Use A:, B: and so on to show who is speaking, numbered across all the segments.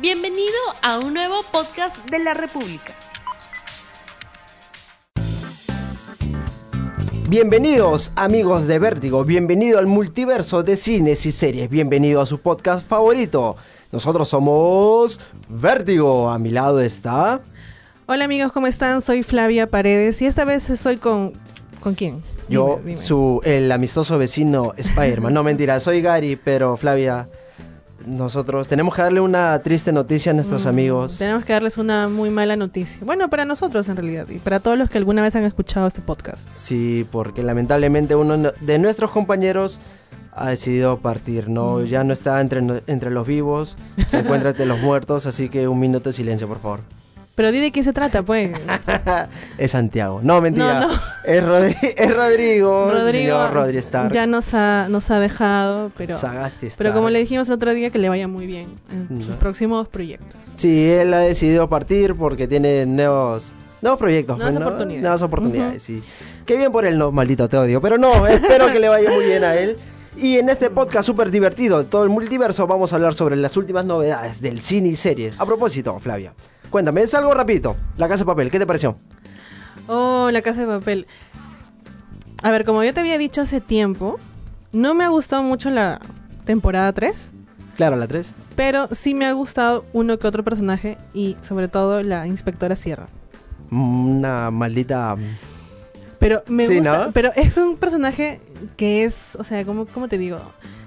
A: Bienvenido a un nuevo podcast de la República.
B: Bienvenidos amigos de Vértigo, bienvenido al multiverso de cines y series, bienvenido a su podcast favorito. Nosotros somos Vértigo, a mi lado está...
C: Hola amigos, ¿cómo están? Soy Flavia Paredes y esta vez estoy con... ¿Con quién?
B: Yo,
C: Dime, dime.
B: su el amistoso vecino Spider-Man. No, mentira, soy Gary, pero Flavia, nosotros tenemos que darle una triste noticia a
C: Mm,
B: nuestros amigos.
C: Tenemos que darles una muy mala noticia. Bueno, para nosotros en realidad y para todos los que alguna vez han escuchado este podcast.
B: Sí, porque lamentablemente uno no- de nuestros compañeros ha decidido partir, ¿no?
C: Mm.
B: Ya no está entre, no- entre los vivos, se encuentra entre los muertos, así que un minuto de silencio, por favor.
C: Pero di de qué se trata, pues.
B: es Santiago. No, mentira.
C: No, no.
B: Es, Rodri- es Rodrigo. el
C: Rodrigo
B: señor Rodri Stark.
C: ya nos ha, nos ha dejado, pero...
B: Sagasti Stark.
C: Pero como le dijimos el otro día, que le vaya muy bien en sus
B: No.
C: próximos proyectos.
B: Sí, él ha decidido partir porque tiene nuevos, nuevos proyectos.
C: Nuevas
B: pues, ¿no?
C: oportunidades.
B: Nuevas oportunidades, sí. Qué bien por él, no, maldito te odio. Pero no, espero que le vaya muy bien a él. Y en este podcast súper divertido de todo el multiverso vamos a hablar sobre las últimas novedades del cine y series. A propósito, Flavia, cuéntame, es algo rapidito. La Casa de Papel, ¿qué te pareció?
C: Oh, la casa de papel. A ver, como yo te había dicho hace tiempo, no me ha gustado mucho la temporada 3,
B: Claro, la 3.
C: pero sí me ha gustado uno que otro personaje y sobre todo la inspectora Sierra.
B: Mm, Una maldita... mm,
C: Pero me
B: Sí,
C: gusta,
B: ¿no?
C: pero es un personaje que es, o sea, ¿cómo, cómo te digo?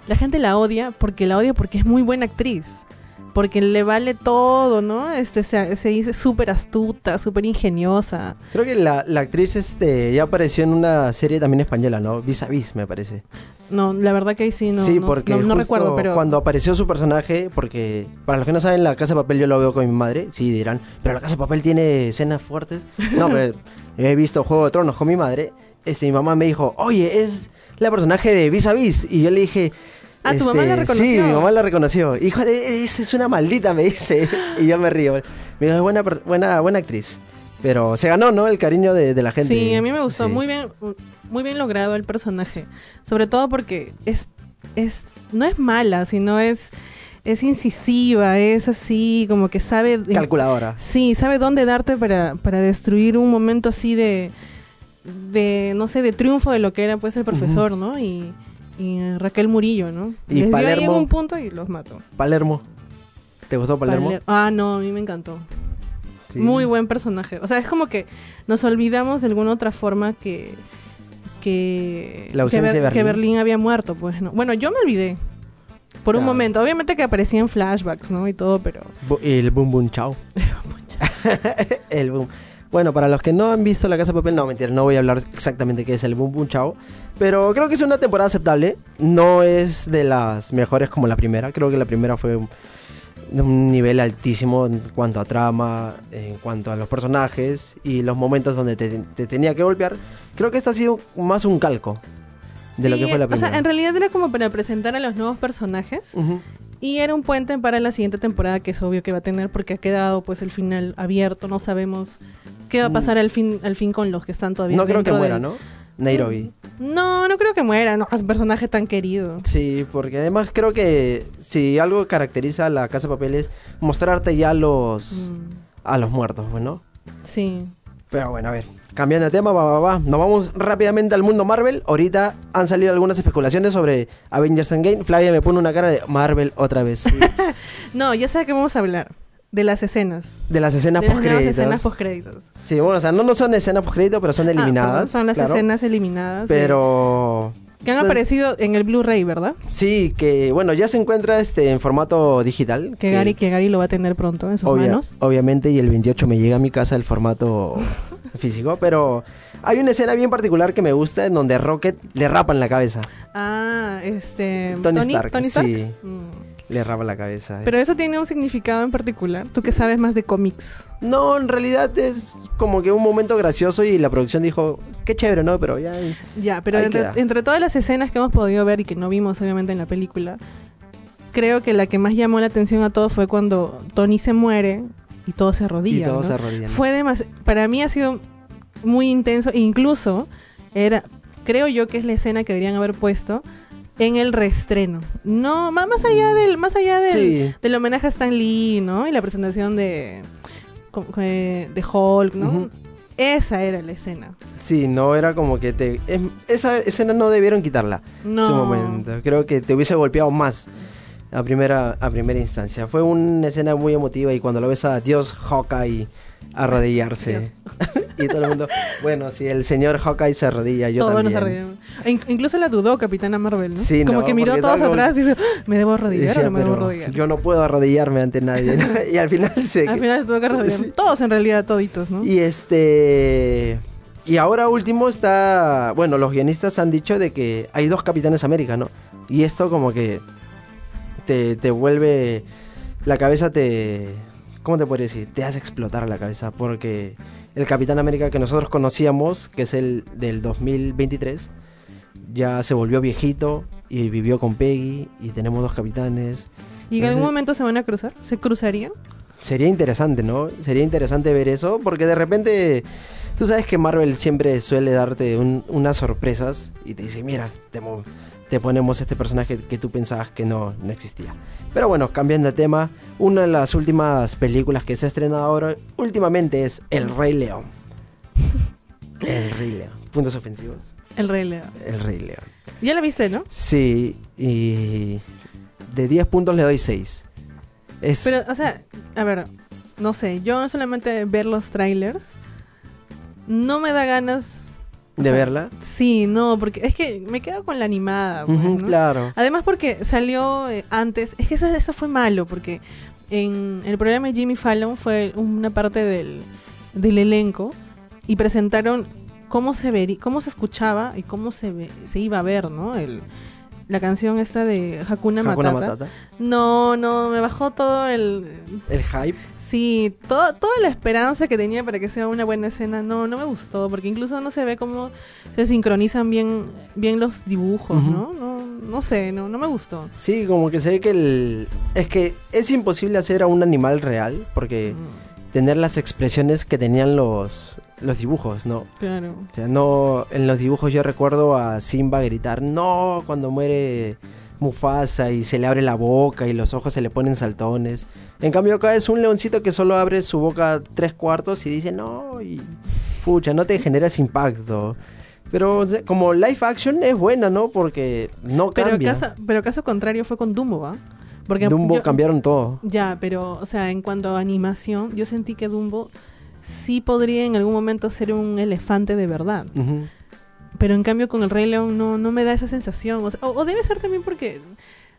C: La gente la odia porque la odia porque es muy buena actriz. Porque le vale todo, ¿no? Este, se, se dice súper astuta, súper ingeniosa.
B: Creo que la, la actriz este, ya apareció en una serie también española, ¿no? Vis a Vis, me parece.
C: No, la verdad que ahí sí, no,
B: sí,
C: no-
B: porque
C: no- no
B: justo
C: recuerdo, pero...
B: cuando apareció su personaje, porque para los que no saben, la Casa de Papel yo lo veo con mi madre, sí dirán, pero la Casa de Papel tiene escenas fuertes. No, pero he visto Juego de Tronos con mi madre, este, mi mamá me dijo, oye, es la personaje de Vis a Vis, y yo le dije...
C: Ah, ¿tu mamá la
B: este, Sí,
C: reconoció?
B: mi mamá la reconoció. Hijo, de- esa es una maldita, me dice. Y yo me río. Me dijo, es buena, per- buena, buena actriz. Pero se ganó, ¿no? El cariño de, de la gente.
C: Sí, a mí me gustó
B: Sí.
C: muy bien, muy bien logrado el personaje, sobre todo porque es, es no es mala, sino es es incisiva, es así como que sabe de-
B: Calculadora.
C: sí, sabe dónde darte para para destruir un momento así de de no sé de triunfo de lo que era pues el profesor, ¿no? Y, y Raquel Murillo, ¿no?
B: Y
C: Les dio ahí en
B: Palermo.
C: un punto y los mató.
B: Palermo. ¿Te gustó Palermo?
C: Paler- ah, no, a mí me encantó.
B: Sí.
C: Muy buen personaje. O sea, es como que nos olvidamos de alguna otra forma que. que
B: La ausencia
C: que,
B: de Berlín.
C: que Berlín había muerto, pues, ¿no? Bueno, yo me olvidé. Por un
B: Claro.
C: momento. Obviamente que aparecían flashbacks, ¿no? Y todo, pero.
B: Bu- El boom boom chao. el boom. Bueno, para los que no han visto La Casa de Papel, no, mentira, no voy a hablar exactamente qué es el boom boom chao. Pero creo que es una temporada aceptable. No es de las mejores como la primera. Creo que la primera fue un- de un nivel altísimo en cuanto a trama, en cuanto a los personajes y los momentos donde te, te tenía que golpear. Creo que esta ha sido más un calco de lo
C: Sí,
B: que fue la primera.
C: O sea, en realidad era como para presentar a los nuevos personajes.
B: Ujú.
C: Y era un puente para la siguiente temporada, que es obvio que va a tener, porque ha quedado pues el final abierto. No sabemos qué va a pasar al fin, al fin con los que están todavía.
B: Mm. No creo que
C: dentro
B: muera,
C: del-
B: ¿no? Nairobi.
C: No, no creo que muera. No, es un personaje tan querido.
B: Sí, porque además creo que si algo caracteriza a la Casa de Papel es mostrarte ya a los,
C: Mm,
B: a los muertos, bueno.
C: sí.
B: Pero bueno, a ver, cambiando de tema, va, va, va. Nos vamos rápidamente al mundo Marvel. Ahorita han salido algunas especulaciones sobre Avengers Endgame. Flavia me pone una cara de Marvel otra vez. sí.
C: No, ya sé de qué vamos a hablar. De las escenas.
B: De las
C: De
B: escenas
C: las nuevas escenas
B: post-créditos.
C: postcréditos.
B: Sí, bueno, o sea, no, no son escenas post-créditos, pero son
C: Ah,
B: eliminadas.
C: perdón, son las
B: claro.
C: escenas eliminadas. de-
B: Pero...
C: que han
B: son-
C: aparecido en el Blu-ray, ¿verdad?
B: Sí, que bueno, ya se encuentra este en formato digital.
C: Que, Gary, que Gary lo va a tener pronto en sus
B: Obvia-
C: manos.
B: Obviamente, y el 28 me llega a mi casa el formato físico, pero hay una escena bien particular que me gusta en donde Rocket le rapan la cabeza.
C: Ah, este.
B: Tony Stark,
C: Tony Stark.
B: sí.
C: Mm.
B: Le rapan la cabeza.
C: Pero eso tiene un significado en particular. Tú que sabes más de cómics.
B: no, en realidad es como que un momento gracioso y la producción dijo, qué chévere, ¿no? Pero ya...
C: Ya, pero
B: Ahí
C: entre,
B: queda.
C: entre todas las escenas que hemos podido ver y que no vimos obviamente en la película, creo que la que más llamó la atención a todos fue cuando Tony se muere y todo se arrodilla.
B: Y todos
C: ¿no?
B: se arrodillan.
C: Fue demasi- para mí ha sido muy intenso, e incluso era, creo yo que es la escena que deberían haber puesto en el reestreno. No, má- más allá del, más allá del,
B: Mm. Sí.
C: del homenaje a Stan Lee, ¿no? Y la presentación de, co- eh, de Hulk, ¿no?
B: Ujú.
C: Esa era la escena.
B: Sí, no era como que te. es- esa escena no debieron quitarla.
C: No.
B: En su momento. Creo que te hubiese golpeado más a primera, a primera instancia. Fue una escena muy emotiva y cuando lo ves a Dios Hawkeye arrodillarse. y todo el mundo. Bueno, si el señor Hawkeye se arrodilla, yo
C: Todos
B: también.
C: nos arrodillamos. E inc- incluso la dudó Capitana Marvel, ¿no?
B: Sí,
C: como
B: no,
C: que miró
B: porque
C: todos
B: tal como-
C: atrás y dice, "Ah, ¿me debo arrodillar
B: Decía,
C: o no me debo
B: "Pero
C: arrodillar?
B: yo no puedo arrodillarme ante nadie. ¿no? y al final se.
C: Al final se tuvo que arrodillar.
B: Sí.
C: Todos en realidad, toditos, ¿no?
B: Y este. Y ahora último está. Bueno, los guionistas han dicho de que hay dos Capitanes América, ¿no? Y esto como que. Te, te vuelve. La cabeza te. ¿Cómo te podría decir? Te hace explotar la cabeza. Porque el Capitán América que nosotros conocíamos, que es el del 2023, ya se volvió viejito y vivió con Peggy. Y tenemos dos capitanes.
C: ¿Y en algún
B: Entonces-
C: momento se van a cruzar? ¿Se cruzarían?
B: Sería interesante, ¿no? Sería interesante ver eso, porque de repente, tú sabes que Marvel siempre suele darte un- unas sorpresas y te dice, mira, te, mo- te ponemos este personaje que tú pensabas que no, no existía. Pero bueno, cambiando de tema, una de las últimas películas que se ha estrenado ahora últimamente es El Rey León. El Rey León. Puntos ofensivos.
C: El Rey León.
B: El Rey León.
C: Ya la viste, ¿no?
B: Sí, y de 10 puntos le doy 6. Es...
C: Pero, o sea, a ver, no sé, yo solamente ver los trailers no me da ganas. o
B: de
C: sea,
B: verla.
C: Sí, no, porque es que me quedo con la animada. pues,
B: Ujú,
C: ¿no?
B: Claro.
C: Además porque salió eh, antes, es que eso, eso fue malo, porque en el programa de Jimmy Fallon fue una parte del, del elenco y presentaron cómo se vería, cómo se escuchaba y cómo se, ve- se iba a ver, ¿no? El, la canción esta de Hakuna,
B: Hakuna
C: Matata. No, no, me bajó todo el...
B: El hype.
C: Sí, todo, toda la esperanza que tenía para que sea una buena escena, no, no me gustó, porque incluso no se ve cómo se sincronizan bien, bien los dibujos,
B: Ujú.
C: ¿no? No, no sé, no, no me gustó.
B: Sí, como que se ve que el. Es que es imposible hacer a un animal real porque
C: Mm,
B: tener las expresiones que tenían los, los dibujos, ¿no?
C: Claro.
B: O sea, no. En los dibujos yo recuerdo a Simba gritar, no, cuando muere Mufasa y se le abre la boca y los ojos se le ponen saltones. En cambio, acá es un leoncito que solo abre su boca tres cuartos y dice, no, y. Pucha, no te generas impacto. Pero o sea, como live action es buena, ¿no? Porque no
C: Pero
B: cambia.
C: caso, pero caso contrario fue con Dumbo, ¿va? Porque
B: Dumbo
C: yo-
B: cambiaron todo.
C: Ya, pero, o sea, en cuanto a animación, yo sentí que Dumbo sí podría en algún momento ser un elefante de verdad.
B: Ujú.
C: Pero en cambio con el Rey León no, no me da esa sensación. O, sea, o- o debe ser también porque,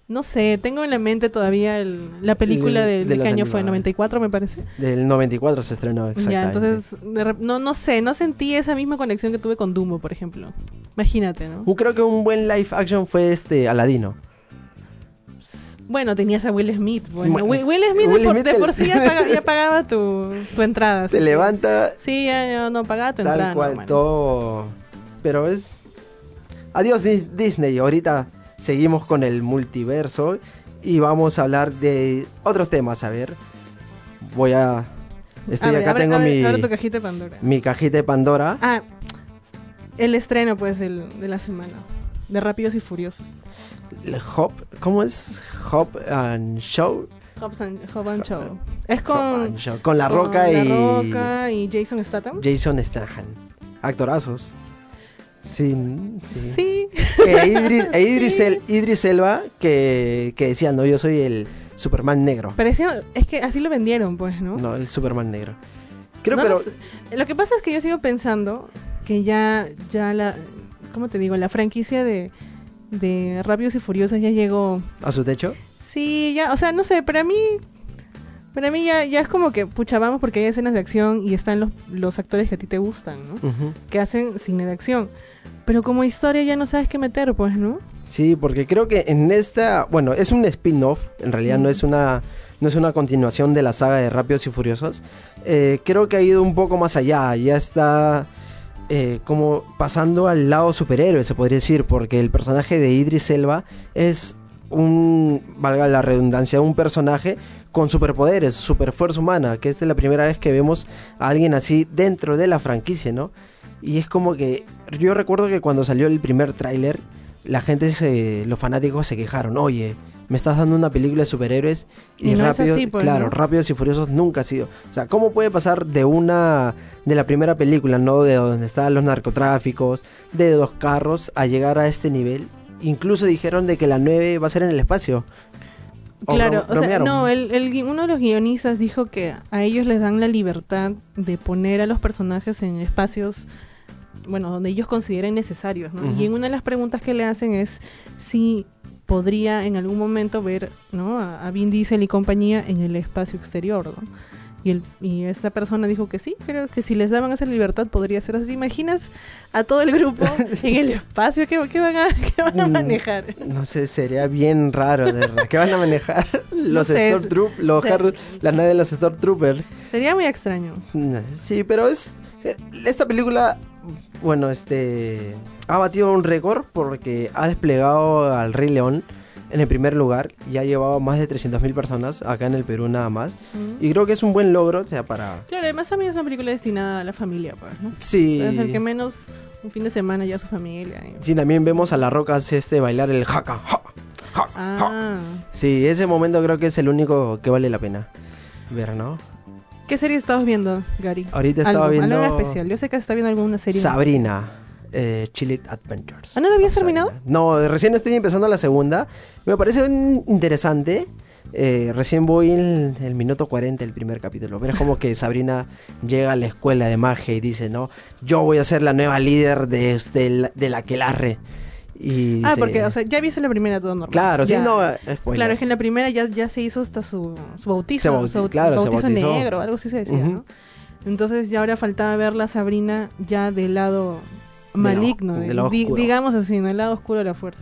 C: no sé, tengo en la mente todavía el- la película
B: El-
C: de,
B: de
C: de,
B: los
C: qué año fue,
B: animales.
C: 94 me parece.
B: Del 94 se estrenó, exactamente.
C: Ya, entonces, de rep- no, no sé, no sentí esa misma conexión que tuve con Dumbo, por ejemplo. Imagínate, ¿no?
B: Uh, Creo que un buen live action fue este Aladino.
C: Bueno, tenías a Will Smith. Bueno,
B: Bueno,
C: Will, Will Smith, de
B: Will
C: por-
B: Smith
C: de
B: te-
C: por sí ya, paga- ya pagaba tu, tu entrada.
B: Se
C: sí.
B: levanta
C: Sí, ya no, no pagaba tu entrada.
B: tal
C: no,
B: cual
C: bueno.
B: todo. Pero es. Adiós Dis- Disney. Ahorita seguimos con el multiverso y vamos a hablar de otros temas. A ver, voy a. Estoy Este,
C: Abre,
B: acá,
C: abre,
B: tengo
C: abre-
B: mi,
C: abre tu cajita de Pandora.
B: mi cajita de Pandora.
C: Ah, el estreno, pues, del- de la semana. De Rápidos y Furiosos.
B: El Hop, ¿cómo es? Hop and Show.
C: Hobbs and, Hobbs and Shaw. Es
B: Hop and
C: con...
B: Show, Con La
C: con
B: Roca
C: La
B: y.
C: Roca y Jason Statham.
B: Jason Statham. Actorazos. Sí, sí.
C: Sí.
B: E Idris, e Idris
C: Sí.
B: El- Idris Elba, que, que decía, no, yo soy el Superman negro.
C: Pareció... Es que así lo vendieron, pues, ¿no?
B: No, el Superman negro. Creo,
C: No,
B: pero.
C: no sé. Lo que pasa es que yo sigo pensando que ya, ya la... ¿Cómo te digo? La franquicia de, de Rápidos y Furiosos ya llegó...
B: ¿A su techo?
C: Sí, ya, o sea, no sé, para mí... Para mí ya, ya es como que, pucha, vamos porque hay escenas de acción y están los, los actores que a ti te gustan, ¿no?
B: Ujú.
C: que hacen cine de acción. Pero como historia ya no sabes qué meter, pues, ¿no?
B: Sí, porque creo que en esta. Bueno, es un spin-off. En realidad no es una. No es una continuación de la saga de Rápidos y Furiosos. Eh, creo que ha ido un poco más allá. Ya está. eh, como pasando al lado superhéroe, se podría decir. Porque el personaje de Idris Elba es un. Valga la redundancia, un personaje con superpoderes, superfuerza humana. Que esta es la primera vez que vemos a alguien así dentro de la franquicia, ¿no? Y es como que. Yo recuerdo que cuando salió el primer tráiler la gente, se, los fanáticos se quejaron, oye, me estás dando una película de superhéroes y,
C: Y no es
B: rápido,
C: así, pues,
B: claro,
C: ¿no?
B: Rápidos y Furiosos nunca ha sido. O sea, ¿cómo puede pasar de una, de la primera película, no, de donde están los narcotráficos, de dos carros, a llegar a este nivel? Incluso dijeron de que la 9 va a ser en el espacio. O
C: Claro,
B: bro-
C: o sea,
B: bromearon.
C: no, el, el gui- uno de los guionistas dijo que a ellos les dan la libertad de poner a los personajes en espacios, bueno, donde ellos consideren necesarios, ¿no?
B: Ujú.
C: Y en una de las preguntas que le hacen es si podría en algún momento ver, ¿no? A, a Vin Diesel y compañía en el espacio exterior, ¿no? Y, el- y esta persona dijo que sí, creo que si les daban esa libertad podría ser así. ¿Te imaginas a todo el grupo en el espacio? ¿Qué, qué van, a, qué van a
B: Mm.
C: manejar?
B: No sé, sería bien raro, de verdad. ¿Qué van a manejar? Los
C: sé, es-
B: Stormtroopers, los
C: sé.
B: Har- la nave de los Stormtroopers.
C: Sería muy extraño.
B: Mm, Sí, pero es. eh, Esta película, bueno, este. Ha batido un récord porque ha desplegado al Rey León en el primer lugar y ha llevado más de 300.000 personas acá en el Perú nada más.
C: Mm.
B: Y creo que es un buen logro, o sea, para.
C: Claro, además también es una película destinada a la familia, pues, ¿no?
B: Sí.
C: Es el que menos un fin de semana ya su familia. y-
B: Sí, también vemos a La Roca hace este bailar el jaca. ja, ja, ja.
C: Ah.
B: Sí, ese momento creo que es el único que vale la pena ver, ¿no?
C: ¿Qué serie estabas viendo, Gary?
B: Ahorita estaba
C: Algo,
B: viendo.
C: Algo en especial. Yo sé que estás viendo alguna serie.
B: Sabrina. Eh, Chile Adventures.
C: Ah, ¿no la habías
B: Sabrina.
C: terminado?
B: No, recién estoy empezando la segunda. Me parece un- interesante. Eh, recién voy en el minuto 40 del primer capítulo. Pero es como que Sabrina llega a la escuela de magia y dice, ¿no? Yo voy a ser la nueva líder de, este- de, la que Y
C: Ah,
B: dice-
C: porque, o sea, ya viste la primera todo normal.
B: Claro,
C: Ya.
B: sí, no, eh, spoilers.
C: Claro, es que en la primera ya, ya se hizo hasta su, su bautizo.
B: Se bauti-
C: su baut-
B: claro, se
C: bautizo
B: bautizó.
C: negro, algo así se decía,
B: Ujú.
C: ¿no? Entonces ya ahora faltaba verla a Sabrina ya del lado
B: Del lado
C: maligno,
B: oscu-
C: de-
B: del lado
C: di-
B: oscuro.
C: digamos así, ¿no? El lado oscuro de la fuerza.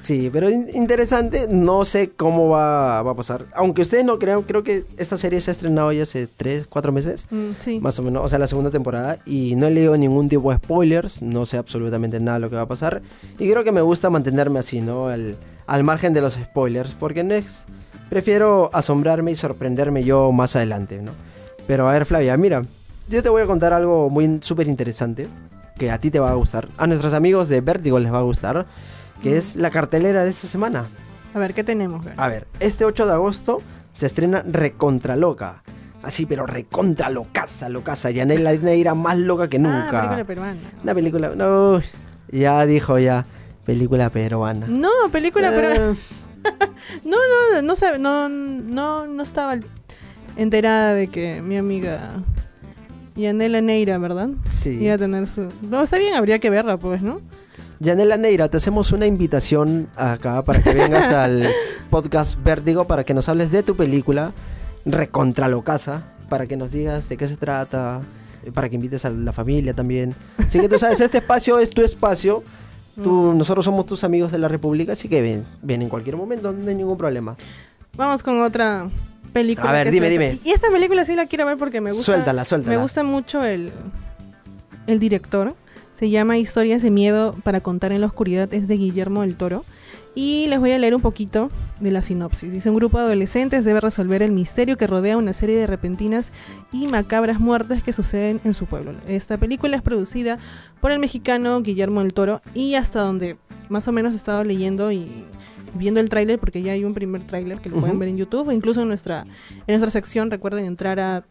B: Sí, pero in- interesante, no sé cómo va, va a pasar. Aunque ustedes no crean, creo que esta serie se ha estrenado ya hace 3, 4 meses,
C: Mm, sí.
B: más o menos, o sea, la segunda temporada, y no he leído ningún tipo de spoilers, no sé absolutamente nada de lo que va a pasar, y creo que me gusta mantenerme así, ¿no? Al, al margen de los spoilers, porque no es- prefiero asombrarme y sorprenderme yo más adelante, ¿no? Pero a ver, Flavia, mira, yo te voy a contar algo muy súper interesante que a ti te va a gustar, a nuestros amigos de Vertigo les va a gustar, que es la cartelera de esta semana.
C: A ver, ¿qué tenemos? Gary?
B: A ver, este 8 de agosto se estrena Recontra Loca. Así, pero recontra locaza, locaza. Yanel la era más loca que
C: Ah,
B: nunca.
C: película peruana.
B: Una película. No, ya dijo ya. Película peruana.
C: No, película, pero
B: Eh,
C: no, no, no, sab- no, no, no estaba enterada de que mi amiga Yanela Neira, ¿verdad?
B: Sí.
C: Iba a tener su. No, está bien, habría que verla, pues, ¿no?
B: Yanela Neira, te hacemos una invitación acá para que vengas al podcast Vértigo para que nos hables de tu película Recontra Locaza, para que nos digas de qué se trata, eh, para que invites a la familia también. Así que tú sabes, este espacio es tu espacio.
C: Mm.
B: Tú, nosotros somos tus amigos de la República, así que ven, ven en cualquier momento, no hay ningún problema.
C: Vamos con otra película.
B: A ver,
C: que
B: dime,
C: suelta.
B: dime.
C: Y esta película sí la quiero ver porque me gusta.
B: Suéltala, suéltala.
C: Me gusta mucho el, el director. Se llama Historias de Miedo para contar en la oscuridad. Es de Guillermo del Toro. Y les voy a leer un poquito de la sinopsis. Dice, un grupo de adolescentes debe resolver el misterio que rodea una serie de repentinas y macabras muertes que suceden en su pueblo. Esta película es producida por el mexicano Guillermo del Toro y hasta donde más o menos he estado leyendo y viendo el tráiler porque ya hay un primer tráiler que lo pueden
B: Ujú.
C: ver en YouTube o incluso en nuestra en nuestra sección recuerden entrar a
B: A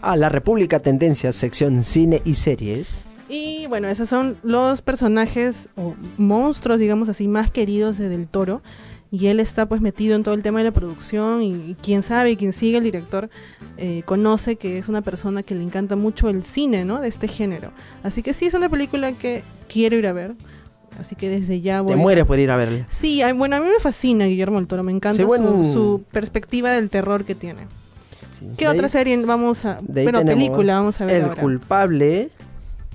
B: Ah, la República Tendencias, sección Cine y Series.
C: y bueno, esos son los personajes o monstruos, digamos así, más queridos de Del Toro. Y él está pues metido en todo el tema de la producción y, y quien sabe, y quien sigue el director, eh, conoce que es una persona que le encanta mucho el cine, ¿no? De este género. Así que sí, es una película que quiero ir a ver. Así que desde ya voy.
B: Te mueres por ir a verla.
C: Sí, ay, bueno, a mí me fascina Guillermo del Toro, me encanta
B: Sí,
C: su-
B: bueno.
C: su, perspectiva del terror que tiene.
B: Sí.
C: ¿Qué
B: De ahí-
C: otra serie vamos a...
B: de ahí
C: Pero
B: tenemos
C: película vamos a ver
B: El
C: ahora?
B: culpable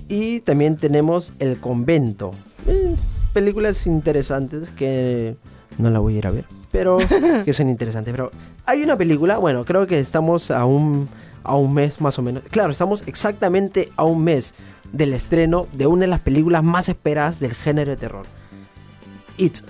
B: y también tenemos El convento. Eh, películas interesantes que no la voy a ir a ver, pero que son interesantes. Pero hay una película, bueno, creo que estamos a un, a un mes más o menos. Claro, estamos exactamente a un mes del estreno de una de las películas más esperadas del género de terror. It's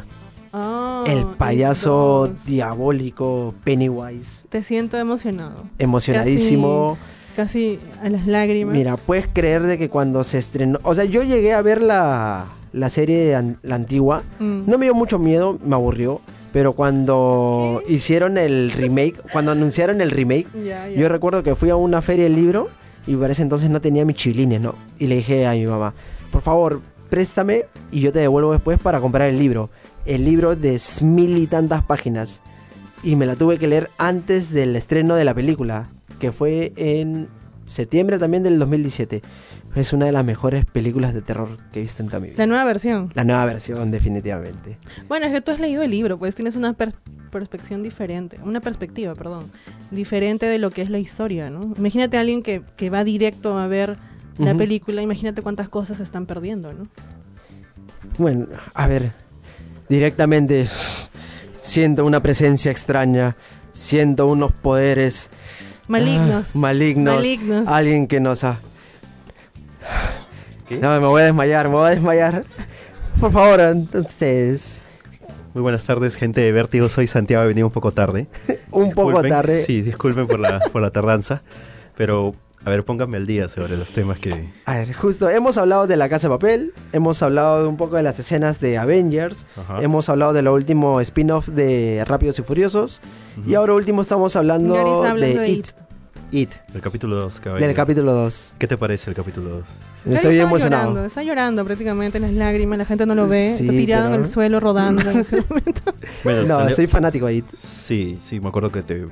C: Ah,
B: el payaso
C: entonces.
B: diabólico Pennywise.
C: Te siento emocionado.
B: Emocionadísimo.
C: Casi a las lágrimas.
B: Mira, puedes creer de que cuando se estrenó, o sea, yo llegué a ver la, la serie, an- la antigua,
C: Mm.
B: no me dio mucho miedo, me aburrió. Pero cuando hicieron el remake, cuando anunciaron el remake,
C: Ya, ya.
B: yo recuerdo que fui a una feria del libro y para ese entonces no tenía mis chivilines, ¿no? Y le dije a mi mamá, por favor, préstame y yo te devuelvo después para comprar el libro. El libro de mil y tantas páginas. Y me la tuve que leer antes del estreno de la película, que fue en septiembre también del 2017. Es una de las mejores películas de terror que he visto en toda mi vida.
C: La nueva versión.
B: La nueva versión, definitivamente.
C: Bueno, es que tú has leído el libro, pues tienes una per- perspectiva diferente, una perspectiva, perdón, diferente de lo que es la historia, ¿no? Imagínate a alguien que, que va directo a ver la
B: Ujú.
C: película, imagínate cuántas cosas se están perdiendo, ¿no?
B: Bueno, a ver, directamente siento una presencia extraña, siento unos poderes
C: Ah. Malignos.
B: ah, malignos,
C: Malignos.
B: alguien que nos ha...
D: ¿Qué?
B: No, me voy a desmayar, me voy a desmayar. Por favor, entonces,
D: Muy buenas tardes, gente de Vértigo. Soy Santiago, he venido un poco tarde.
B: un poco
D: Disculpen,
B: tarde.
D: Sí, disculpen por la, por la tardanza. Pero, a ver, pónganme al día sobre los temas que.
B: A ver, justo, hemos hablado de la casa de papel, hemos hablado de un poco de las escenas de Avengers,
D: Ajá.
B: hemos hablado de lo último spin-off de Rápidos y Furiosos, y ahora último estamos hablando,
C: Y ahorita hablando
B: de,
C: de
B: It,
C: It.
B: It,
D: El capítulo 2,
B: del capítulo 2.
D: ¿Qué te parece el capítulo 2?
C: Pero
B: Estoy
C: está
B: emocionado.
C: llorando, está llorando prácticamente las lágrimas, la gente no lo ve, está
B: Sí,
C: tirado en
B: pero-
C: el suelo rodando en este momento.
D: Bueno,
B: No,
D: salió-
B: soy fanático ahí.
D: Sí, sí, me acuerdo que te,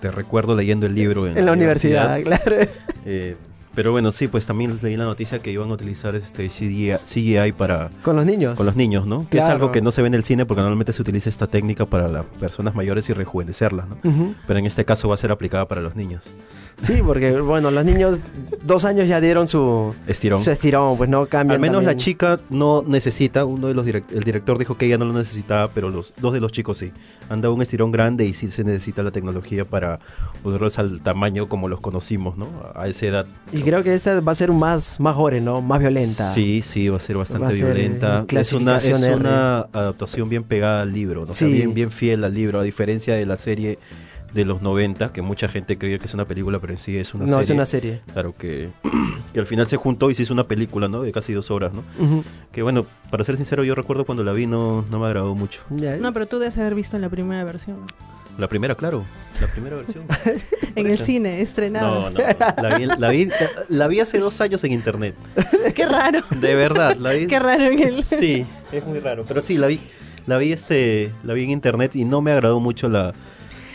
D: te recuerdo leyendo el libro en,
B: En la universidad, claro.
D: Eh, pero bueno, sí, pues también leí la noticia que iban a utilizar este CGI, CGI para
B: Con los niños.
D: con los niños, ¿no? Que es
B: Claro.
D: algo que no se ve en el cine porque normalmente se utiliza esta técnica para las personas mayores y rejuvenecerlas, ¿no?
B: Ujú.
D: Pero en este caso va a ser aplicada para los niños.
B: Sí, porque, bueno, los niños dos años ya dieron su
D: Estirón.
B: su estirón, pues no cambian.
D: Al menos
B: también.
D: la chica no necesita, uno de los direc- el director dijo que ella no lo necesitaba, pero los dos de los chicos sí. Han dado un estirón grande y sí se necesita la tecnología para ponerlos al tamaño como los conocimos, ¿no? A esa edad.
B: Y creo que esta va a ser más, más gore, ¿no? Más violenta.
D: Sí, sí, va a ser bastante
B: Va a ser,
D: violenta.
B: eh,
D: Es una, es
B: clasificación R.
D: una adaptación bien pegada al libro, ¿no? O sea,
B: Sí.
D: bien, bien fiel al libro, a diferencia de la serie de los 90, que mucha gente cree que es una película, pero en sí es una
B: no,
D: serie.
B: es una serie.
D: Claro que, que al final se juntó y se hizo una película, ¿no? De casi dos horas, ¿no?
B: Ujú.
D: Que bueno, para ser sincero, yo recuerdo cuando la vi no, no me agradó mucho.
B: Ya.
C: No, pero tú debes haber visto la primera versión.
D: La primera, claro. La primera versión.
C: En el cine,
D: No,
C: estrenada.
D: no. La vi, la, vi, la vi hace dos años en internet.
C: Qué raro.
D: De verdad, la vi.
C: Qué raro en el...
D: Sí, es muy raro. Pero sí, la vi, la vi este, la vi en internet y no me agradó mucho la,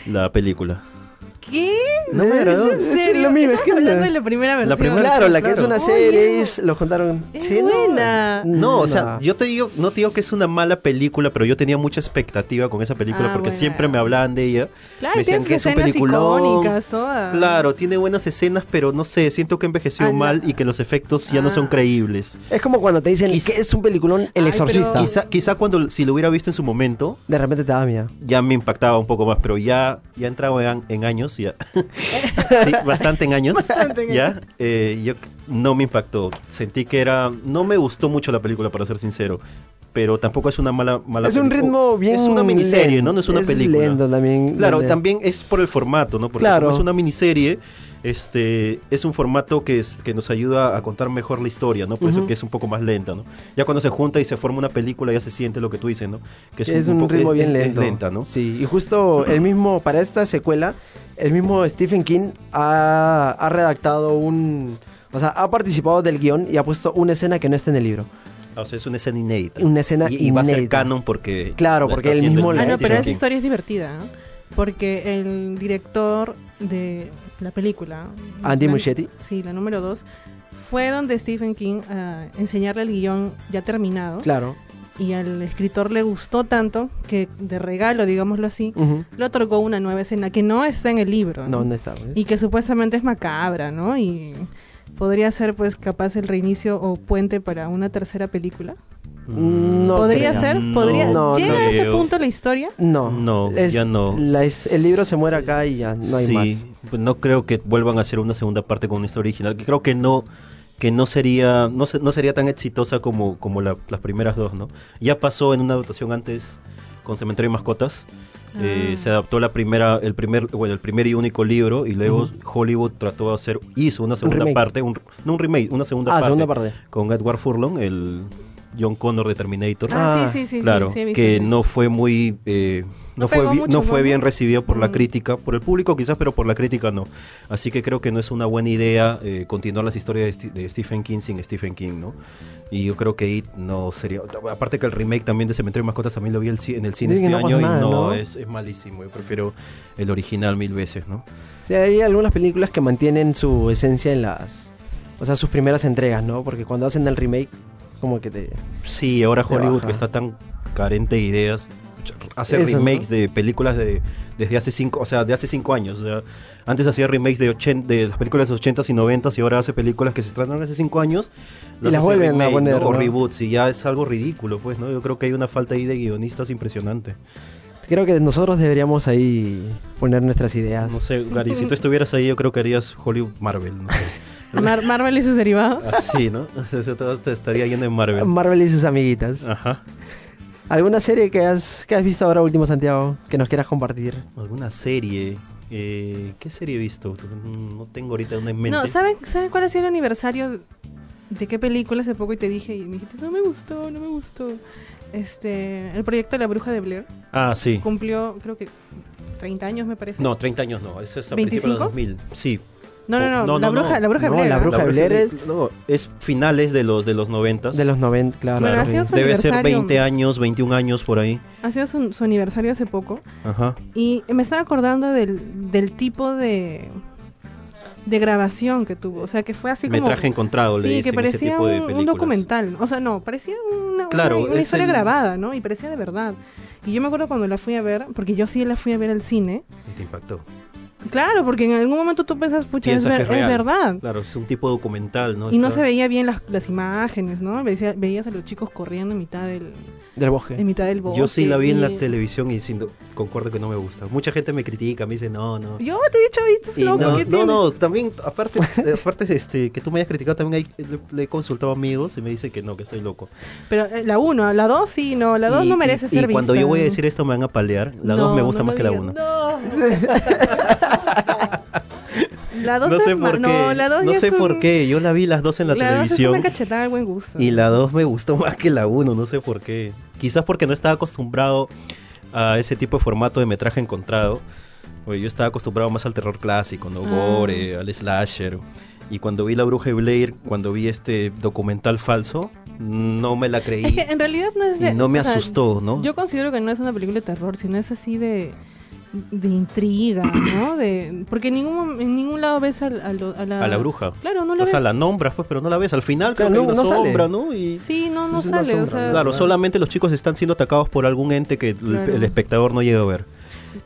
D: la película.
C: ¿Qué?
B: No me agradó.
C: ¿En
B: Es
C: serio?
B: lo mismo, es que
C: Estamos hablando de la primera versión.
D: La primera
B: Claro, la que es
D: Claro.
B: una serie, es- lo contaron.
C: Es
B: Sí, no.
C: buena.
D: No, o sea,
B: No.
D: yo te digo, no te digo que es una mala película, pero yo tenía mucha expectativa con esa película
C: Ah,
D: porque
C: bueno.
D: siempre me hablaban de ella.
C: Claro,
D: me decían
C: tienes
D: que es un
C: escenas
D: peliculón.
C: icónicas todas.
D: Claro, tiene buenas escenas, pero no sé, siento que envejeció
C: Ah, la-
D: mal y que los efectos ya no son
C: Ah.
D: creíbles.
B: Es como cuando te dicen
D: Quiz-
B: que es un peliculón El
C: Ay,
B: Exorcista.
C: pero-
D: Quizá, quizá cuando si lo hubiera visto en su momento,
B: De repente te da miedo.
D: ya me impactaba un poco más, pero ya, ya entraba en, en años, ya. sí, bastante en años.
C: Bastante en
D: ya, eh, yo c- no me impactó. Sentí que era. No me gustó mucho la película, para ser sincero. Pero tampoco es una mala, mala
B: Es un
D: pelicu-
B: ritmo bien.
D: Es una miniserie,
B: lento.
D: ¿no? No es una
B: es
D: película.
B: lento también.
D: Claro,
B: donde-
D: también es por el formato, ¿no? Porque
B: Claro.
D: como es una miniserie, este, es un formato que, es, que nos ayuda a contar mejor la historia, ¿no? Por eso que es un poco más lenta, ¿no? Ya cuando se junta y se forma una película ya se siente lo que tú dices, ¿no? Que
B: es, un,
D: poco-
B: ritmo
D: es-
B: bien
D: es- es
B: lento.
D: lenta, ¿no?
B: Sí, y justo el mismo, para esta secuela, el mismo Stephen King ha, ha redactado un. O sea, ha participado del guión y ha puesto una escena que no está en el libro.
D: O sea, es una escena inédita.
B: Una escena
D: y, y va a ser
B: inédita.
D: canon porque.
B: Claro,
D: la
B: porque
D: está
B: él
D: haciendo
B: mismo
D: el
B: la
C: Ah, no, pero
D: Stephen
C: esa
D: King.
C: historia es divertida, ¿no? Porque el director de la película...
B: Andy
C: la-
B: Muschietti.
C: Sí, la número dos. Fue donde Stephen King a enseñarle el guión ya terminado.
B: Claro.
C: Y al escritor le gustó tanto que, de regalo, digámoslo así,
B: Ujú.
C: le otorgó una nueva escena que no está en el libro.
B: No, no está. pues.
C: Y que supuestamente es macabra, ¿no? Y podría ser, pues, capaz el reinicio o puente para una tercera película.
B: Mm, No
C: ¿Podría
B: creo.
C: ser?
D: Mm, No
C: ¿Podría?
B: No,
C: ¿Llega
D: no
C: a ese
D: creo.
C: punto la historia?
B: No.
D: No,
B: Es-
D: ya no.
B: la es- el libro se muere acá y ya no hay
D: sí,
B: más.
D: pues no creo que vuelvan a hacer una segunda parte con una historia original. Que creo que no que no sería no, se- no sería tan exitosa como, como la- las primeras dos, ¿no? Ya pasó en una adaptación antes con Cementerio y Mascotas. Eh,
C: Ah.
D: se adaptó la primera, el primer, bueno, el primer y único libro y luego Hollywood trató de hacer hizo una segunda
B: remake.
D: parte, un, no un remake, una segunda
B: Ah,
D: parte
B: segunda parte.
D: con Edward Furlong, el John Connor de Terminator.
C: Ah, sí, sí, sí, sí,
D: claro,
C: sí, he visto.
D: que no fue muy, eh, no,
C: No
D: fue
C: pegó
D: bi-
C: mucho,
D: no fue
C: ¿no?
D: bien recibido por la
C: Mm.
D: crítica, por el público quizás, pero por la crítica no. Así que creo que no es una buena idea eh, continuar las historias de, Sti- de Stephen King sin Stephen King, ¿no? Y yo creo que It no sería, aparte que el remake también de Cementerio de Mascotas también lo vi el ci- en el cine
B: Dicen
D: este
B: que no pasa
D: año
B: nada,
D: y no,
B: ¿no?
D: Es, es malísimo. Yo prefiero el original mil veces, ¿no?
B: Sí, hay algunas películas que mantienen su esencia en las. O sea, sus primeras entregas, ¿no? Porque cuando hacen el remake, como que te.
D: Sí, ahora
B: Te
D: Hollywood
B: baja.
D: que está tan carente de ideas ch- hace
B: Eso,
D: remakes
B: ¿no?
D: de películas de desde hace cinco, o sea, de hace cinco años. o sea, antes hacía remakes de, 80 de las películas de los 80s y 90s y ahora hace películas que se estrenaron hace cinco años
B: Y las
D: hace
B: vuelven a
D: remake,
B: poner,
D: ¿no? o
B: ¿no?
D: reboots y ya es algo ridículo, pues, ¿no? Yo creo que hay una falta ahí de guionistas impresionante.
B: Creo que nosotros deberíamos ahí poner nuestras ideas.
D: No sé, Gary, si tú estuvieras ahí, yo creo que harías Hollywood Marvel. ¿no?
C: Mar- Marvel y sus derivados.
D: Así, ¿no? O sea, te- te estaría yendo en Marvel. Ah.
B: Marvel y sus amiguitas.
D: Ajá.
B: ¿Alguna serie que has, que has visto ahora último, Santiago, que nos quieras compartir?
D: ¿Alguna serie? Eh, ¿Qué serie he visto? No tengo ahorita una en mente.
C: No, ¿saben, ¿saben cuál ha sido el aniversario de qué película hace poco? Y te dije, y me dijiste, no me gustó, no me gustó. Este, el proyecto de la bruja de Blair
D: Ah, sí.
C: cumplió, creo que 30 años, me parece.
D: No, 30 años no. Eso es a principios de los 2000. Sí.
C: no, no, no,
D: no,
C: la,
D: no,
C: bruja,
D: no.
C: la bruja de
B: No,
C: Blair.
B: la
C: ¿ah?
B: bruja- de Blair es-
D: No, es finales de los, de los 90.
B: De los 90, claro.
C: Bueno,
B: sí.
C: ha sido su
D: Debe ser
C: aniversario.
D: 20 años, 21 años por ahí.
C: Ha sido su, su aniversario hace poco.
D: Ajá.
C: Y me estaba acordando del, del tipo de, de grabación que tuvo. O sea, que fue así como...
D: Metraje encontrado, le
C: Sí, que
D: dicen ese
C: parecía
D: tipo de
C: un,
D: películas.
C: un documental. O sea, no, parecía una, una-
D: Claro,
C: una
D: es
C: historia
D: el-
C: grabada, ¿no? Y parecía de verdad. Y yo me acuerdo cuando la fui a ver, porque yo sí la fui a ver al cine.
D: Y te impactó.
C: Claro, porque en algún momento tú piensas, pucha, es,
D: Piensas
C: ver-
D: que es real.
C: es verdad.
D: Claro, es un tipo documental, ¿no?
C: Y no
D: Está-
C: se veía bien las, las imágenes, ¿no? Veía- veías a los chicos corriendo en mitad del,
B: Del bosque.
C: en mitad del bosque.
D: Yo sí la vi en la
C: y-
D: televisión y sin- concuerdo que no me gusta. Mucha gente me critica, me dice, no, no.
C: Yo te he dicho, ¿viste? Es
D: Y
C: loco,
D: no,
C: ¿qué
D: no,
C: tiene?
D: no, también, aparte, aparte de este, que tú me hayas criticado, también hay- le, le he consultado a amigos y me dice que no, que estoy loco.
C: Pero eh, la 1, la 2 sí, no, la 2
D: Y-
C: no merece
D: y-
C: ser
D: Y cuando
C: vista.
D: yo voy a decir esto me van a palear. La 2
C: No,
D: me gusta
C: no
D: más que la
C: digas,
D: 1.
C: No. La 2
D: No
C: es
D: sé
C: ma-
D: por qué.
C: No, la 2
D: no
C: ya
D: sé
C: es un-
D: por qué. Yo la vi las dos en la,
C: la 2 es
D: televisión.
C: una cachetada al buen gusto.
D: Y la 2 me gustó más que la 1, no sé por qué. Quizás porque no estaba acostumbrado a ese tipo de formato de metraje encontrado. Oye, yo estaba acostumbrado más al terror clásico, ¿no?
C: Ah.
D: Gore, al slasher. Y cuando vi La Bruja de Blair, cuando vi este documental falso, no me la creí.
C: Es que en realidad no es de-
D: y no me
C: o sea,
D: asustó, ¿no?
C: Yo considero que no es una película de terror, sino es así de, de intriga, ¿no? De, porque en ningún, mom- en ningún lado ves al- a, lo- la...
D: a la bruja.
C: Claro, no la
D: o
C: ves.
D: sea, la nombras, pues, pero no la ves. Al final creo
B: Claro,
D: que hay
B: no-
D: una
B: no sale.
D: sombra, ¿no? Y...
C: Sí, no, no
B: Es una
C: sale. o
B: sombra,
C: sea,
D: Claro,
B: ¿verdad?
D: solamente los chicos están siendo atacados por algún ente que el,
C: Claro.
D: el espectador no llega a ver.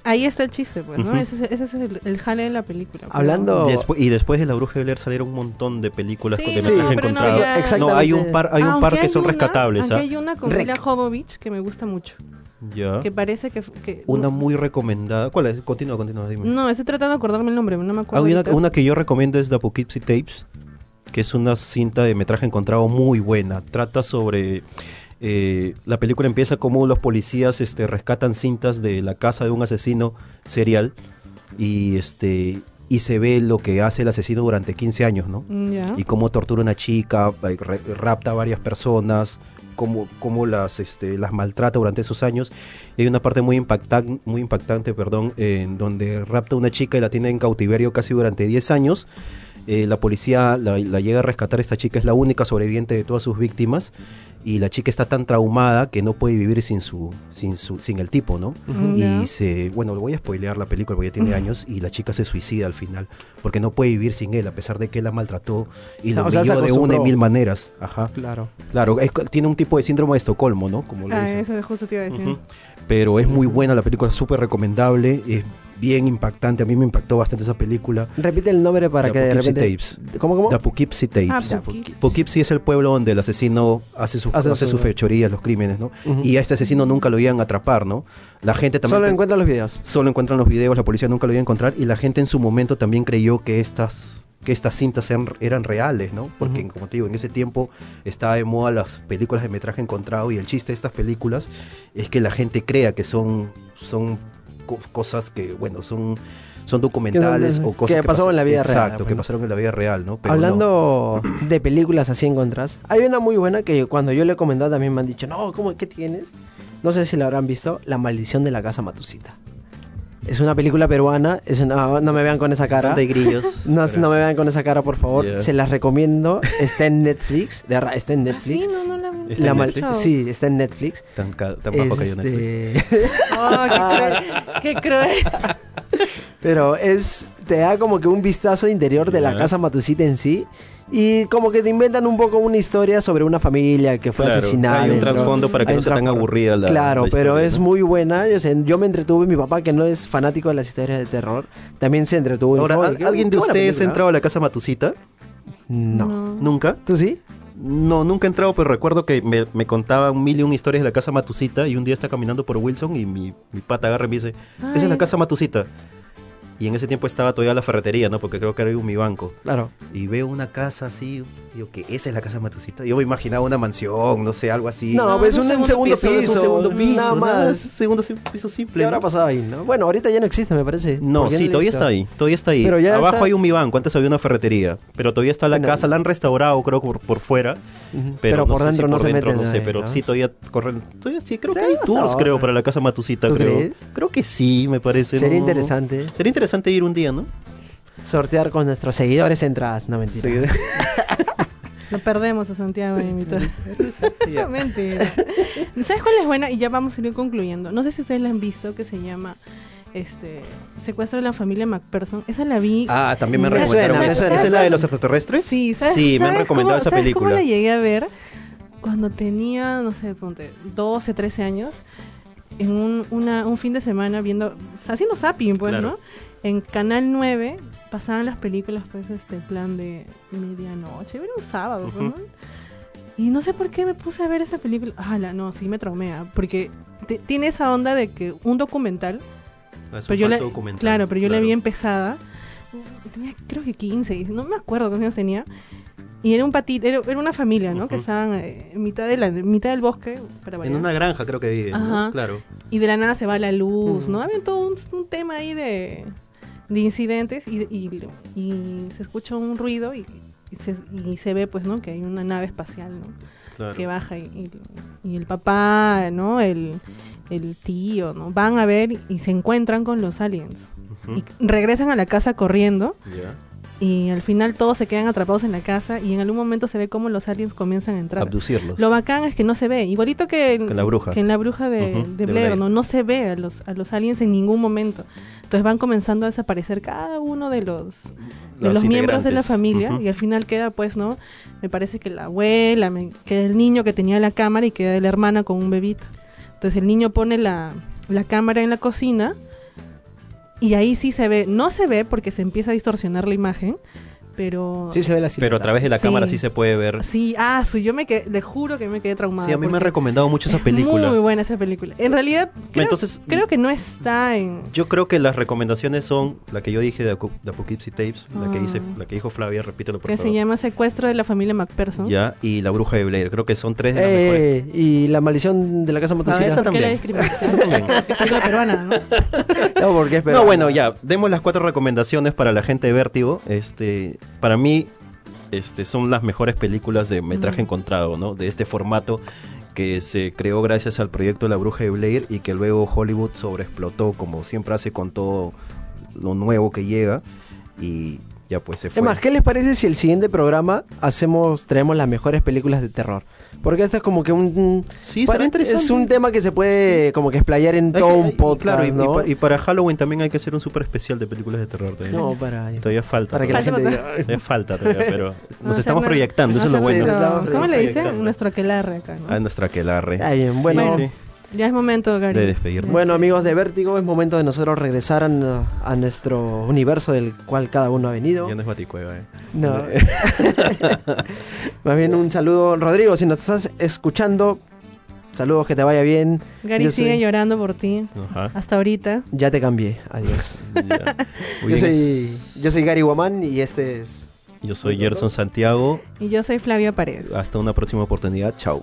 C: Ahí está el chiste, pues, ¿no?
D: Ujú.
C: ese, es- ese es el, el jale de la película. pues,
B: Hablando-
C: ¿no?
B: Oh.
D: Despu- y después de La Bruja de Blair salieron un montón de películas
C: Sí,
D: con de
C: no,
D: metraje
C: pero no,
D: encontrado.
C: ya-
B: Exactamente.
D: No, hay un par, hay un par
C: Aunque
D: que son
C: una-
D: rescatables.
C: aunque
D: ¿ah?
C: hay una con
B: Rec.
C: Mila Jovovich que me gusta mucho.
D: Ya.
C: Que parece que... que
D: ¿Ah? Una
C: no,
D: muy recomendada. ¿Cuál es? Continúa, continúa, dime.
C: no, estoy tratando de acordarme el nombre, no me
D: Ah,
C: acuerdo.
D: una,
C: ahorita.
D: una que yo recomiendo es The Poughkeepsie Tapes, que es una cinta de metraje encontrado muy buena. Trata sobre... eh, la película empieza como los policías este, rescatan cintas de la casa de un asesino serial y, este, y se ve lo que hace el asesino durante 15 años, ¿no?
C: Mm, Ya.
D: y cómo tortura a una chica, eh, re- rapta a varias personas, cómo, cómo las, este, las maltrata durante esos años. Y hay una parte muy, impactan- muy impactante, perdón, en donde rapta a una chica y la tiene en cautiverio casi durante 10 años. Eh, la policía la, la llega a rescatar, esta chica es la única sobreviviente de todas sus víctimas y la chica está tan traumada que no puede vivir sin su sin su sin el tipo, ¿no?
C: Ujú. Ya.
D: Y se, bueno, le voy a spoilear la película porque ya tiene años y la chica se suicida al final porque no puede vivir sin él a pesar de que él la maltrató y
B: O sea,
D: lo
B: o sea, se
D: humilló de una y
B: acostumbró.
D: mil maneras. Ajá.
B: Claro.
D: Claro, es que tiene un tipo de síndrome de Estocolmo, ¿no? Como lo
C: Ah,
D: dicen.
C: eso justo te iba a decir.
D: Ujú. Pero es muy buena la película, súper recomendable, es bien impactante, a mí me impactó bastante esa película.
B: Repite el nombre para
D: The
B: que de
D: Poughkeepsie
B: repente. ¿Cómo, cómo? pues,
D: The Poughkeepsie Tapes.
C: Ah,
B: Ya,
C: Poughkeepsie.
D: Poughkeepsie es el pueblo donde el asesino hace, su-
B: Hace
D: hace,
B: su-
D: sus fechorías, los crímenes, ¿no?
B: Ujú.
D: Y a este asesino nunca lo iban a atrapar, ¿no? La gente también...
B: Solo encuentran los videos.
D: solo encuentran los videos, la policía nunca lo iba a encontrar y la gente en su momento también creyó que estas que estas cintas eran, eran reales, ¿no? Porque,
B: Ujú.
D: como te digo, en ese tiempo estaba de moda las películas de metraje encontrado y el chiste de estas películas es que la gente crea que son, son co- cosas que, bueno, son, son documentales
B: Que son-
D: o cosas
B: que pasaron en la vida real,
D: Exacto,
B: pues,
D: que
B: ¿no?
D: pasaron en la vida real, ¿no? Pero no.
B: Hablando de películas así en contras, hay una muy buena que cuando yo le he comentado también me han dicho, no, ¿cómo, ¿qué tienes? No sé si la habrán visto, La maldición de la casa Matusita. Es una película peruana, es una- no me vean con esa cara.
D: de grillos.
B: No,
D: Pero-
B: no me vean con esa cara, por favor.
D: Ya.
B: Se las recomiendo. Está en Netflix. De ra- está en
C: Ah, sí,
B: Netflix.
C: no, no la vi.
D: ¿Está
B: La
D: en
B: mal-
D: Netflix?
B: Sí, está en Netflix.
D: Tan, ca- tan bajo cayó
B: Este,
D: Netflix.
C: Oh,
D: Ah.
C: qué cruel. Qué cruel.
B: Pero es. Te da como que un vistazo interior de la
D: Ya.
B: casa Matusita en sí. Y como que te inventan un poco una historia sobre una familia que fue
D: Claro,
B: asesinada.
D: hay un
B: dentro-
D: trasfondo para que
B: hay
D: no
B: un
D: sea tan
B: trasfondo.
D: aburrida la-
B: Claro,
D: la
B: pero
D: historia,
B: es
D: ¿no?
B: muy buena. Yo, sé, yo me entretuve. Mi papá, que no es fanático de las historias de terror, también se entretuvo. y
D: Ahora,
B: dijo,
D: ¿al-
B: "Oye, qué-
D: ¿alguien de
B: qué buena
D: ustedes ha
B: película".
D: entrado a la casa Matusita?
B: No.
D: ¿Nunca?
B: ¿Tú sí?
D: No, nunca he entrado, pero recuerdo que me, me contaban mil y un historias de la casa Matusita y un día está caminando por Wilson y mi, mi pata agarra y me dice, esa es la
C: Ay.
D: casa Matusita. Y en ese tiempo estaba todavía la ferretería, ¿no? Porque creo que era un mi banco.
B: Claro.
D: Y veo una casa así, yo que esa es la casa Matusita. Yo me imaginaba una mansión, no sé, algo así.
B: No,
C: No,
B: pues
C: es
B: un,
C: un
B: un segundo piso,
C: segundo
D: es un segundo
B: nada
D: piso, nada
B: más.
D: es un segundo si- piso simple.
B: ¿Qué habrá
D: ¿no?
B: pasado ahí, no? Bueno, ahorita ya no existe, me parece.
D: No,
B: Porque
D: sí,
B: no
D: todavía
B: existe.
D: está ahí, todavía está ahí.
B: Pero ya
D: Abajo
B: está-
D: hay un mi banco, antes había una ferretería, pero todavía está la
B: Bueno.
D: casa, la han restaurado creo por, por fuera, pero,
B: Pero
D: no
B: por
D: sé
B: dentro
D: si
B: no
D: por
B: se
D: dentro,
B: meten
D: no sé,
B: ahí,
D: pero
B: ¿no?
D: sí todavía corren, todavía sí creo que
B: Sí,
D: hay
B: hasta
D: tours
B: ahora.
D: creo para la casa Matusita,
B: ¿Tú
D: creo.
B: crees?
D: Creo que sí, me parece.
B: Sería
D: no-
B: interesante.
D: Sería interesante ir un día, ¿no?
B: Sortear con nuestros seguidores entradas, no mentira.
C: Lo perdemos a Santiago y mi torre.
D: este
C: Mentira. ¿Sabes cuál es buena? Y ya vamos a ir concluyendo. No sé si ustedes la han visto, que se llama este Secuestro de la familia MacPherson. Esa la vi.
D: Ah, también me,
B: Me
D: recomendaron.
B: suena, me
D: esa.
B: suena.
D: ¿Esa es la de los extraterrestres?
C: Sí, ¿sabes-
D: Sí, me han
C: sabes
D: recomendado
C: cómo-
D: esa
C: ¿sabes
D: película.
C: cómo la llegué a ver? Cuando tenía, no sé, ponte, 12, 13 años, en un, una- un fin de semana viendo, haciendo zapping, pues,
D: Claro.
C: ¿no? En Canal 9 pasaban las películas, pues, este plan de medianoche, era un sábado, pues,
D: Ujú.
C: ¿no? Y no sé por qué me puse a ver esa película. la no, sí me traumea, porque te- tiene esa onda de que un documental
D: Es un
C: pero yo
D: falso
C: la-
D: documental,
C: Claro, pero yo la vi empezada. Tenía creo que 15, y no me acuerdo cuántos años tenía. Y era un patito, era, era una familia, ¿no? Que
D: Ujú.
C: estaban eh, en mitad, de la, en mitad del bosque, para
D: En
C: variar.
D: una granja creo que vive, ¿no?
C: Ajá.
D: Claro.
C: Y de la nada se va la luz, ¿no?
B: Ujú.
C: Había todo un, un tema ahí de, de incidentes y, y- y se escucha un ruido y, y se, y se ve, pues, ¿no? Que hay una nave espacial, ¿no?
D: claro.
C: que baja y, y- y el papá, ¿no? El, el tío, ¿no? Van a ver y se encuentran con los aliens.
D: Ujú.
C: Y regresan a la casa corriendo
D: Ya.
C: y al final todos se quedan atrapados en la casa y en algún momento se ve cómo los aliens comienzan a entrar.
D: Abducirlos.
C: Lo bacán es que no se ve, igualito que en,
D: Que la bruja.
C: que en la bruja de,
D: Ujú,
C: de
D: de
C: Blair,
D: Blair.
C: ¿no? No se ve a los, a los aliens en ningún momento. Entonces van comenzando a desaparecer cada uno de los, de los, miembros de la
D: integrantes.
C: familia
D: Ujú.
C: y al final queda pues no me parece que la abuela me- queda el niño que tenía la cámara y queda la hermana con un bebito entonces el niño pone la, la cámara en la cocina y ahí sí se ve no se ve porque se empieza a distorsionar la imagen pero
B: Sí se ve la
D: Pero a
B: silueta.
D: través de la
C: Sí.
D: cámara sí se puede ver.
C: sí ah su yo me quedé, le juro que me quedé traumada
D: Sí, a mí me han
C: porque
D: recomendado mucho esa
C: es
D: película.
C: muy buena esa película en realidad creo,
D: Entonces-
C: creo que no está en
D: Yo creo que las recomendaciones son la que yo dije de, Acu- de Poughkeepsie Tapes, la que
C: Ah.
D: dice, la que dijo Flavia, repítelo por
C: que
D: favor.
C: se llama secuestro de la familia MacPherson
D: Ya, y La Bruja de Blair. Creo que son tres de las mejores.
B: Eh, y la maldición de la casa
D: Ah,
B: Matusita.
D: esa
C: ¿Por qué la
D: también.
C: discriminación?
D: también.
C: Porque es película peruana, ¿no?
B: no, porque es
D: no,
B: peruana.
D: bueno, ya, demos las cuatro recomendaciones para la gente de Vértigo. Este, para mí, este, son las mejores películas de metraje
C: Mm.
D: encontrado, ¿no? De este formato que se creó gracias al proyecto La Bruja de Blair y que luego Hollywood sobreexplotó, como siempre hace con todo lo nuevo que llega. Y ya pues se fue.
B: Es más, ¿qué les parece si el siguiente programa hacemos, traemos las mejores películas de terror? Porque esto es como que un...
D: Sí,
B: para-
D: sería interesante.
B: Es un tema que se puede como que explayar en
D: Hay
B: todo
D: que-
B: un
D: hay-
B: podcast,
D: claro, y, y
B: ¿no?
D: pa- y para Halloween también hay que hacer un super especial de películas de terror. Todavía,
B: no, para...
D: todavía falta.
B: Para que la
D: todavía.
B: gente
C: Falta para-
B: diga... "Ay,
D: Todavía falta todavía, pero nos
C: Hacer
D: estamos
C: nue-
D: proyectando, eso es lo
C: hacer
D: bueno.
C: nuestro-
B: Estamos
C: ¿Cómo le dicen?
D: proyectando.
C: Nuestro aquelarre acá. ¿no?
D: A Ah, nuestra aquelarre.
B: Está bien, bueno...
C: Bueno. Ya es momento, Gary.
D: De despedirnos.
B: Bueno amigos de Vértigo, es momento de nosotros regresar a, n- a nuestro universo del cual cada uno ha venido.
D: Ya no es Baticueva, eh.
B: No. Más bien un saludo, Rodrigo, si nos estás escuchando, saludos, que te vaya bien.
C: Gary
B: Yo
C: sigue
B: soy-
C: llorando por ti.
D: Ajá.
C: Hasta ahorita.
B: Ya te cambié, adiós.
D: Ya. Muy
B: Yo
D: bien,
B: soy,
D: es-
B: yo soy Gary Guamán y este es...
D: yo soy Gerson Santiago.
C: Y yo soy Flavia Paredes.
D: Hasta una próxima oportunidad. Chao.